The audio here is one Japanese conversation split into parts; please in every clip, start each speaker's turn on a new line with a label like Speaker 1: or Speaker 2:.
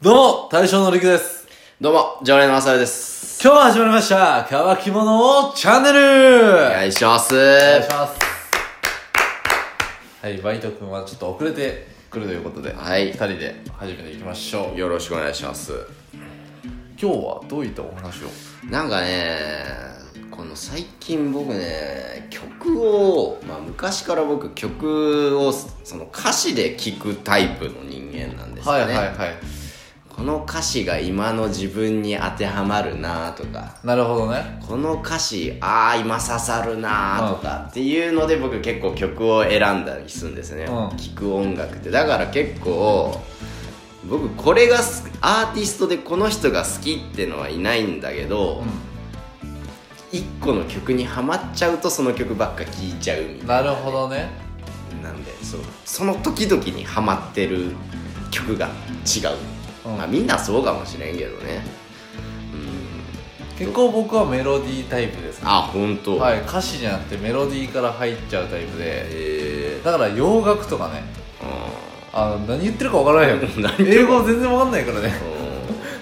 Speaker 1: どうも、大将のりくです。
Speaker 2: どうも、常連の浅井です。
Speaker 1: 今日も始まりました、乾き物をチャンネル
Speaker 2: お願いします。
Speaker 1: お願いします。はい、バイト君はちょっと遅れてくるということで、
Speaker 2: はい
Speaker 1: 二人で始めていきましょう。
Speaker 2: よろしくお願いします。
Speaker 1: 今日はどういったお話を
Speaker 2: なんかね、この最近僕ね、曲を、まあ昔から僕曲を、その歌詞で聴くタイプの人間なんですよ
Speaker 1: は
Speaker 2: ね。
Speaker 1: いはいはい。
Speaker 2: この歌詞が今の自分に当てはまるなとか、
Speaker 1: なるほどね。
Speaker 2: この歌詞、ああ、今刺さるなーとかっていうので僕結構曲を選んだりするんですね。
Speaker 1: うん
Speaker 2: 聴く音楽って。だから結構、僕これが好きアーティストでこの人が好きってのはいないんだけど、一個の曲にはまっちゃうとその曲ばっか聴いちゃうみたい
Speaker 1: な
Speaker 2: な。
Speaker 1: るほどね。
Speaker 2: なんでそうその時々にハマってる曲が違う。
Speaker 1: うん
Speaker 2: まあみんなそうかもしれんけどね。
Speaker 1: 結構僕はメロディータイプですね。
Speaker 2: あ、ほんと。。
Speaker 1: はいい、歌詞じゃなくてメロディーから入っちゃうタイプで、
Speaker 2: え
Speaker 1: だから洋楽とかね、
Speaker 2: ー、
Speaker 1: あの何言ってるかわからないよ
Speaker 2: 何言っ。て
Speaker 1: 英語全然わかんないからね。
Speaker 2: うん。うん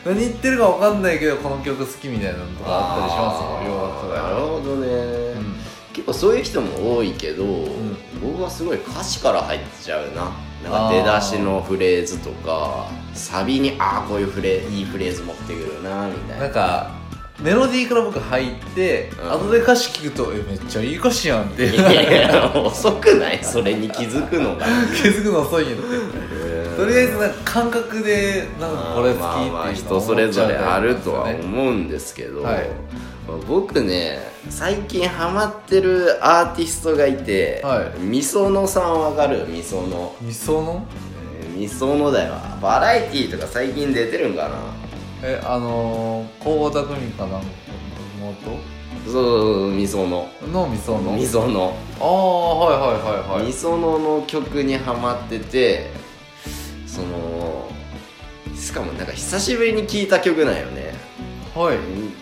Speaker 1: 何言ってるか分かんないけどこの曲好きみたいなのとかあったりしますよ洋楽とか
Speaker 2: なるほどね、
Speaker 1: ん
Speaker 2: 結構そういう人も多いけど、
Speaker 1: ん
Speaker 2: 僕はすごい歌詞から入っちゃうななん
Speaker 1: あ
Speaker 2: か
Speaker 1: ー
Speaker 2: 出だしのフレーズとかサビにああこういうフレいいフレーズ持ってくるなみたいな
Speaker 1: なんかメロディーから僕入って、
Speaker 2: うん
Speaker 1: 後で歌詞聞くと「えめっちゃいい歌詞やん」って
Speaker 2: いやいや遅くないそれに気づくのが、
Speaker 1: 気づくの遅いんやって とりあえずなんか感覚でなんかこれ好きっていうの
Speaker 2: まあまあ
Speaker 1: を
Speaker 2: 人
Speaker 1: 思
Speaker 2: そ
Speaker 1: っ
Speaker 2: れ
Speaker 1: ちゃ
Speaker 2: ぞ
Speaker 1: う
Speaker 2: れ
Speaker 1: タ
Speaker 2: あ
Speaker 1: イプ
Speaker 2: る
Speaker 1: なんです
Speaker 2: と
Speaker 1: よ
Speaker 2: は
Speaker 1: ね
Speaker 2: 思うんですけど、
Speaker 1: はい
Speaker 2: 僕ね最近ハマってるアーティストがいて、
Speaker 1: はい
Speaker 2: みそのさんわかるみその
Speaker 1: みその
Speaker 2: えーみそのだよバラエティーとか最近出てるんかな
Speaker 1: えあのー幸田來未かなんかの
Speaker 2: そうそうそうみその
Speaker 1: 妹のみその
Speaker 2: みその、
Speaker 1: ああはいはいはいは
Speaker 2: み
Speaker 1: い
Speaker 2: そのの曲にハマっててそのしかもなんか久しぶりに聴いた曲なんよね
Speaker 1: はい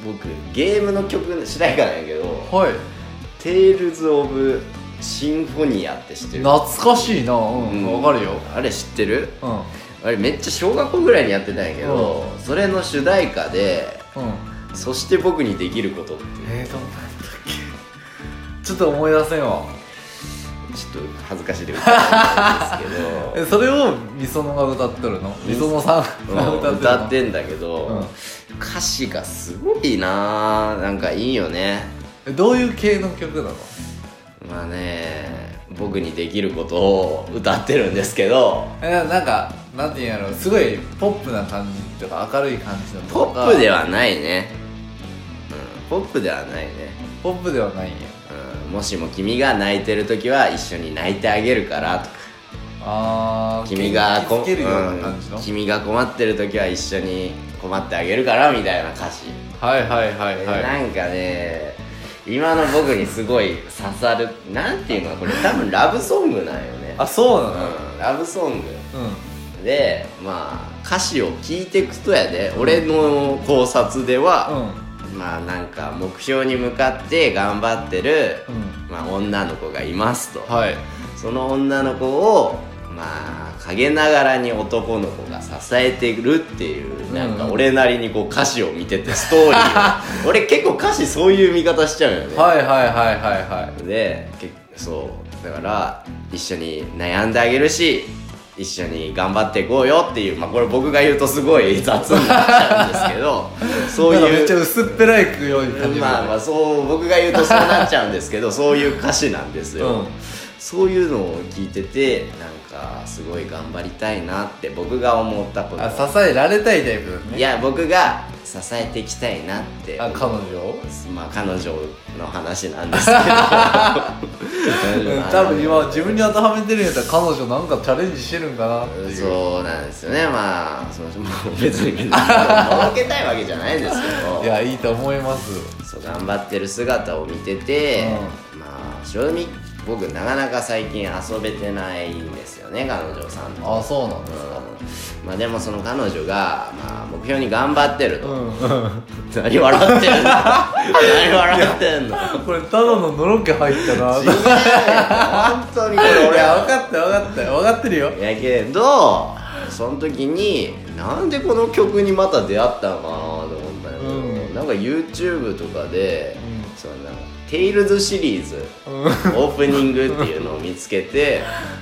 Speaker 2: 僕ゲームの曲の主題歌なんやけど
Speaker 1: はい
Speaker 2: 「Tales of Symphonia」って知ってる
Speaker 1: 懐かしいなうん、
Speaker 2: うん
Speaker 1: わかるよ
Speaker 2: あれ知ってる
Speaker 1: うんうん
Speaker 2: あれめっちゃ小学校ぐらいにやってたんやけど、それの主題歌で「そして僕にできること」っていう
Speaker 1: えー、どんなんだっけちょっと思い出せんわ
Speaker 2: ちょっと恥ずかしいで歌ったんです
Speaker 1: えそれをみそのが歌っとるの みそのさ
Speaker 2: け
Speaker 1: ん
Speaker 2: ど、
Speaker 1: が
Speaker 2: う
Speaker 1: 歌ってる
Speaker 2: ん
Speaker 1: の、
Speaker 2: 歌ってんだけど、
Speaker 1: うん
Speaker 2: 歌詞がすごいなぁなんかいいよね
Speaker 1: えどういう系の曲なの
Speaker 2: まあね僕にできることを歌ってるんですけど
Speaker 1: えななんかなんていうんやろすごいポップな感じとか明るい感じの
Speaker 2: ポップで
Speaker 1: は
Speaker 2: はないね、うん、ポップではないね、
Speaker 1: ポップではないんや
Speaker 2: うん、もしも君が泣いてる時は一緒に泣いてあげるからとか
Speaker 1: あー
Speaker 2: 君が
Speaker 1: 元
Speaker 2: こ
Speaker 1: 気づけるような感じの、
Speaker 2: うん君が困ってる時は一緒に困ってあげるからみたいな歌詞
Speaker 1: はいはいはいはい、
Speaker 2: なんかね今の僕にすごい刺さるなんていうのこれ多分ラブソングなんよね
Speaker 1: あそうなの
Speaker 2: うんラブソング
Speaker 1: うん、
Speaker 2: でまあ歌詞を聞いてくとやで俺の考察では、
Speaker 1: うん
Speaker 2: まあなんか目標に向かって頑張ってる、
Speaker 1: うん
Speaker 2: まあ、女の子がいますと、
Speaker 1: はい
Speaker 2: その女の子をまあ陰ながらに男の子が支えてるっていうなんか俺なりにこう歌詞を見ててストーリー を俺結構歌詞そういう見方しちゃうよね、
Speaker 1: はいはいはいはいはい
Speaker 2: でけそうだから一緒に悩んであげるし一緒に頑張っていこうよっていうまあこれ僕が言うとすごい雑になっちゃうんですけ どそう
Speaker 1: なんかめ
Speaker 2: い
Speaker 1: っちゃ
Speaker 2: う
Speaker 1: 薄っぺらいくように感じる
Speaker 2: まあまあそう僕が言うとそうなっちゃうんです けどそういう歌詞なんですよ、
Speaker 1: うん
Speaker 2: そういうのを聞いててなんかすごい頑張りたいなって僕が思ったこと
Speaker 1: あ支えられたいタイプだね
Speaker 2: いや僕が支えていきたいなって
Speaker 1: あ彼女を
Speaker 2: まあ彼女の話なんですけど
Speaker 1: うん多分今自分に当てはめてるんやったら彼女なんかチャレンジしてるんかなっていう
Speaker 2: そうなんですよねまあそのまあ別に別に儲けたいわけじゃないんです
Speaker 1: い
Speaker 2: け
Speaker 1: やいいと思います
Speaker 2: どそう頑張ってる姿を見てて、まあ正味僕なかなか最近遊べてないんですよね彼女さんと。
Speaker 1: あそうなんですか
Speaker 2: うんまあでもその彼女が、まあ、目標に頑張ってる
Speaker 1: う
Speaker 2: と、
Speaker 1: ん
Speaker 2: 何笑ってんの 何笑ってんの
Speaker 1: これただののろけ入った ない
Speaker 2: 本当にこれ俺
Speaker 1: や
Speaker 2: は
Speaker 1: 分かった分かった分かってるよ
Speaker 2: やけどその時になんでこの曲にまた出会ったのかなと思ったんだけど、
Speaker 1: うん
Speaker 2: なんか YouTube とかで、
Speaker 1: う
Speaker 2: そのなんかテイルズシリーズオープニングっていうのを見つけて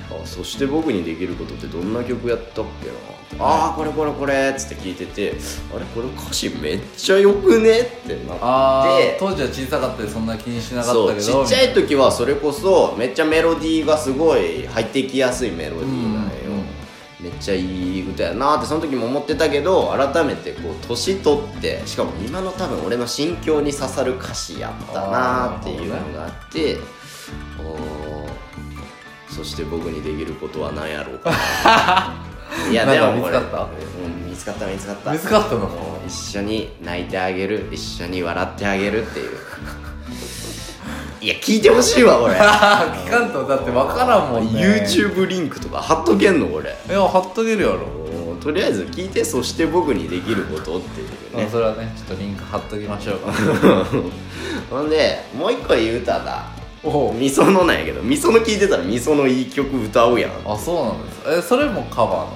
Speaker 2: あそして僕にできることってどんな曲やったっけなああこれこれこれっつって聞いててあれこれ歌詞めっちゃよくねってなっ
Speaker 1: ああ
Speaker 2: て
Speaker 1: 当時は小さかったでそんな気にしなかっ
Speaker 2: そ
Speaker 1: た
Speaker 2: う
Speaker 1: けど
Speaker 2: ちっちゃ い時はそれこそめっちゃメロディーがすごい入ってきやすいメロディーなんよ、めっちゃいい歌やなってその時も思ってたけど改めてこう年取ってしかも今の多分俺の心境に刺さる歌詞やったなっていうのがあっておーそして僕にできることは何やろう かないやでもこれ
Speaker 1: なんか
Speaker 2: うん見つかった見つかった
Speaker 1: 難しかったの
Speaker 2: もう一緒に泣いてあげる一緒に笑ってあげるっていういや聞いてほしいわこれ
Speaker 1: 聞かんとだって分からんもんね
Speaker 2: YouTube リンクとか貼っとけんのこれ
Speaker 1: いや貼っとけるやろ、
Speaker 2: もうとりあえず聞いてそして僕にできることっていう
Speaker 1: あ
Speaker 2: ね
Speaker 1: それはねちょっとリンク貼っときましょう
Speaker 2: ほんでもう一個いい歌だ
Speaker 1: お お
Speaker 2: みそのなんやけどみその聞いてたらみそのいい曲歌うやん
Speaker 1: あそうなんですえそれもカバーなの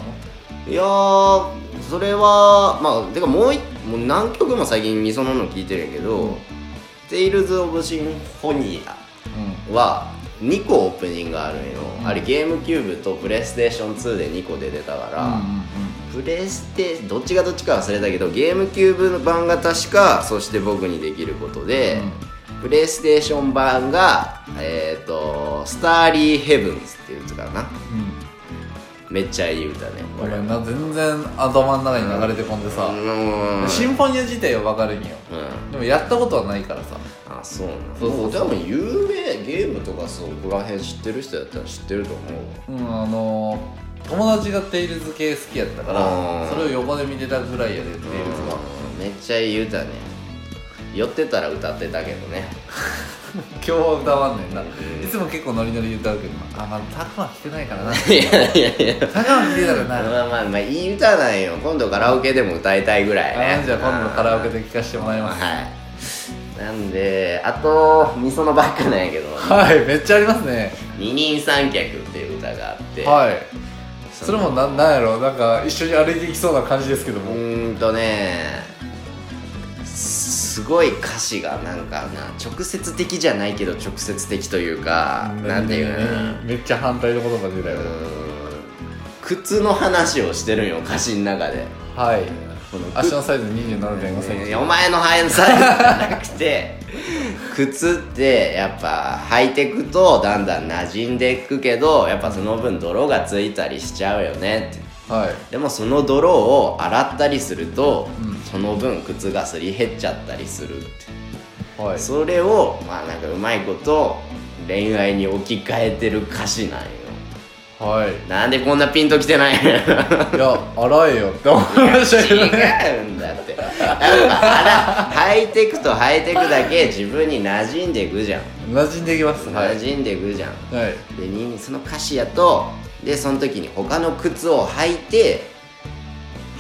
Speaker 2: いやーそれはまあてかもういもう何曲も最近みそのの聞いてるんやけど「Tales of Symphonia」は2個オープニングがあるんよ、
Speaker 1: うん
Speaker 2: あれゲームキューブとプレイステーション2で2個で出たから、プレステどっちがどっちか忘れたけどゲームキューブの版が確かそして僕にできることで、プレイステーション版がえっ、と「スターリーヘブンズ」っていうやつかなめっちゃいい歌ね
Speaker 1: ご
Speaker 2: これ
Speaker 1: めんな全然頭の中に流れてこんでさ、
Speaker 2: うん
Speaker 1: シンフォニア自体は分かるんよ
Speaker 2: うん
Speaker 1: でもやったことはないからさ
Speaker 2: あそうなの
Speaker 1: そうそうそう
Speaker 2: も多分有名ゲームとかそこら辺知ってる人やったら知ってると思う
Speaker 1: うんあのー友達がテイルズ系好きやったか
Speaker 2: うん
Speaker 1: らそれを横で見てたぐらいやでテイルズは
Speaker 2: うんめっちゃいい歌ね寄ってたら歌ってたけどね
Speaker 1: 今日は歌わんねんな、
Speaker 2: ん
Speaker 1: いつも結構ノリノリで歌うけどなあまあたくま来て ないからなたく
Speaker 2: いやいやいや
Speaker 1: ま来てたからな
Speaker 2: まあまあまあ いい歌なんよ今度カラオケでも歌いたいぐらい
Speaker 1: あ
Speaker 2: ね
Speaker 1: じゃあ今度カラオケ
Speaker 2: で
Speaker 1: で聴かせてもらいます
Speaker 2: はいなんであとみそのばっかなんやけど
Speaker 1: はいめっちゃありますね
Speaker 2: 二人三脚っていう歌があって
Speaker 1: はいそ
Speaker 2: そ
Speaker 1: れ
Speaker 2: の
Speaker 1: もななんやろなんか一緒に歩いていきそうな感じですけど
Speaker 2: う
Speaker 1: も、
Speaker 2: ーんとねすごい歌詞がなんかな直接的じゃないけど直接的というかなんていうかな
Speaker 1: めっちゃ反対の言葉出た
Speaker 2: う
Speaker 1: よ、
Speaker 2: ーん靴の話をしてるんよ歌詞の中で
Speaker 1: はい
Speaker 2: この
Speaker 1: 足のサイズ2 7 5セン
Speaker 2: い
Speaker 1: チ
Speaker 2: やお前の速さじゃなくて靴ってやっぱ履いてくとだんだん馴染んでいくけどやっぱその分泥がついたりしちゃうよねって
Speaker 1: はい
Speaker 2: でもその泥を洗ったりすると、
Speaker 1: うん
Speaker 2: その分靴がすり減っちゃったりするって、
Speaker 1: はい
Speaker 2: それをまあなんかうまいこと恋愛に置き換えてる歌詞なんよ
Speaker 1: はい
Speaker 2: なんでこんなピンときてない
Speaker 1: いや洗えよって思いましたけどね
Speaker 2: 違うんだってやっぱあら履いてくと履いてくだけ自分に馴染んでいくじゃん、
Speaker 1: 馴染んできますはい
Speaker 2: 馴染んでいくじゃん
Speaker 1: はい
Speaker 2: でにその歌詞やとでその時に他の靴を履いて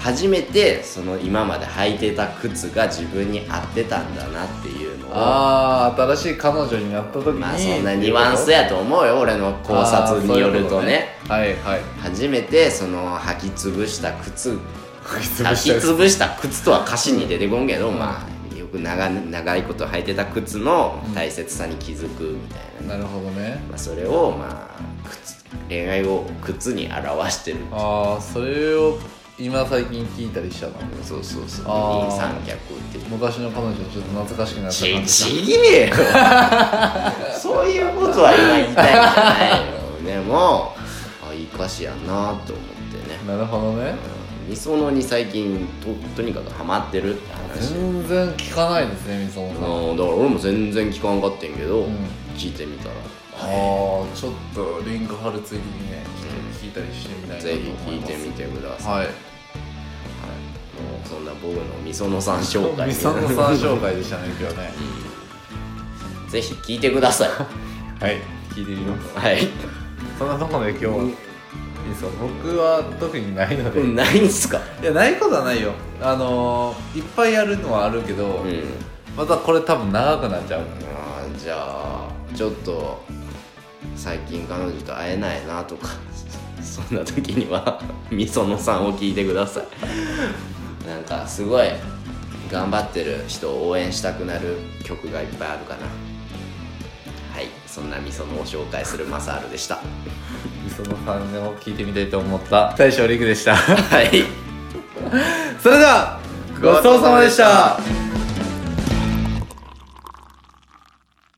Speaker 2: 初めてその今まで履いてた靴が自分に合ってたんだなっていうのを
Speaker 1: ああ新しい彼女になった時に
Speaker 2: まあそんなニュアンスやと思うよ俺の考察によるとね
Speaker 1: あーそういうことねはい はい
Speaker 2: 初めてその履き潰した靴
Speaker 1: 履き
Speaker 2: 履き
Speaker 1: た
Speaker 2: 潰した靴とは歌詞に出てこんけど、まあよく長長いこと履いてた靴の大切さに気づくみたいな
Speaker 1: な
Speaker 2: ね、
Speaker 1: るほどね
Speaker 2: まあ、それをまあ靴恋愛を靴に表してる
Speaker 1: ああそれを今最近聞いたりしたの
Speaker 2: そうそうそう
Speaker 1: あー
Speaker 2: 二人三脚っていう
Speaker 1: 昔の彼女ちょっと懐かしくなった
Speaker 2: ち
Speaker 1: 感じ
Speaker 2: ちげえよそういうことは今言いたいんじゃないよでもあいい歌詞やなと思ってね
Speaker 1: なるほどね
Speaker 2: みそのに最近ととにかくハマってるって話
Speaker 1: 全然聞かないですねみそも
Speaker 2: あ
Speaker 1: さん
Speaker 2: のだから俺も全然聞かんかってんけど、
Speaker 1: うん
Speaker 2: 聞いてみたら
Speaker 1: ああちょっとリンク貼るついでにねちょっと聞いたりしてみたいな
Speaker 2: ぜひ聞いてみてください、
Speaker 1: はい
Speaker 2: もうそんな僕のみそのさん紹介
Speaker 1: みそのさん紹介でしたね今日 ね
Speaker 2: ぜひ聞いてください
Speaker 1: はい聞いてみます
Speaker 2: はい
Speaker 1: そんなとこで今日は、いいですか僕は特にないので、い
Speaker 2: ないんすか
Speaker 1: やないことはないよあのー、いっぱいやるのはあるけど、
Speaker 2: うん
Speaker 1: またこれ多分長くなっちゃう
Speaker 2: あーじゃあちょっと最近彼女と会えないなとか そんな時には みそのさんを聞いてくださいなんかすごい頑張ってる人を応援したくなる曲がいっぱいあるかなはいそんなみそのを紹介するマサールでした
Speaker 1: その反応を聞いてみたいと思った大将陸でした
Speaker 2: はい
Speaker 1: それではごちそうさまでした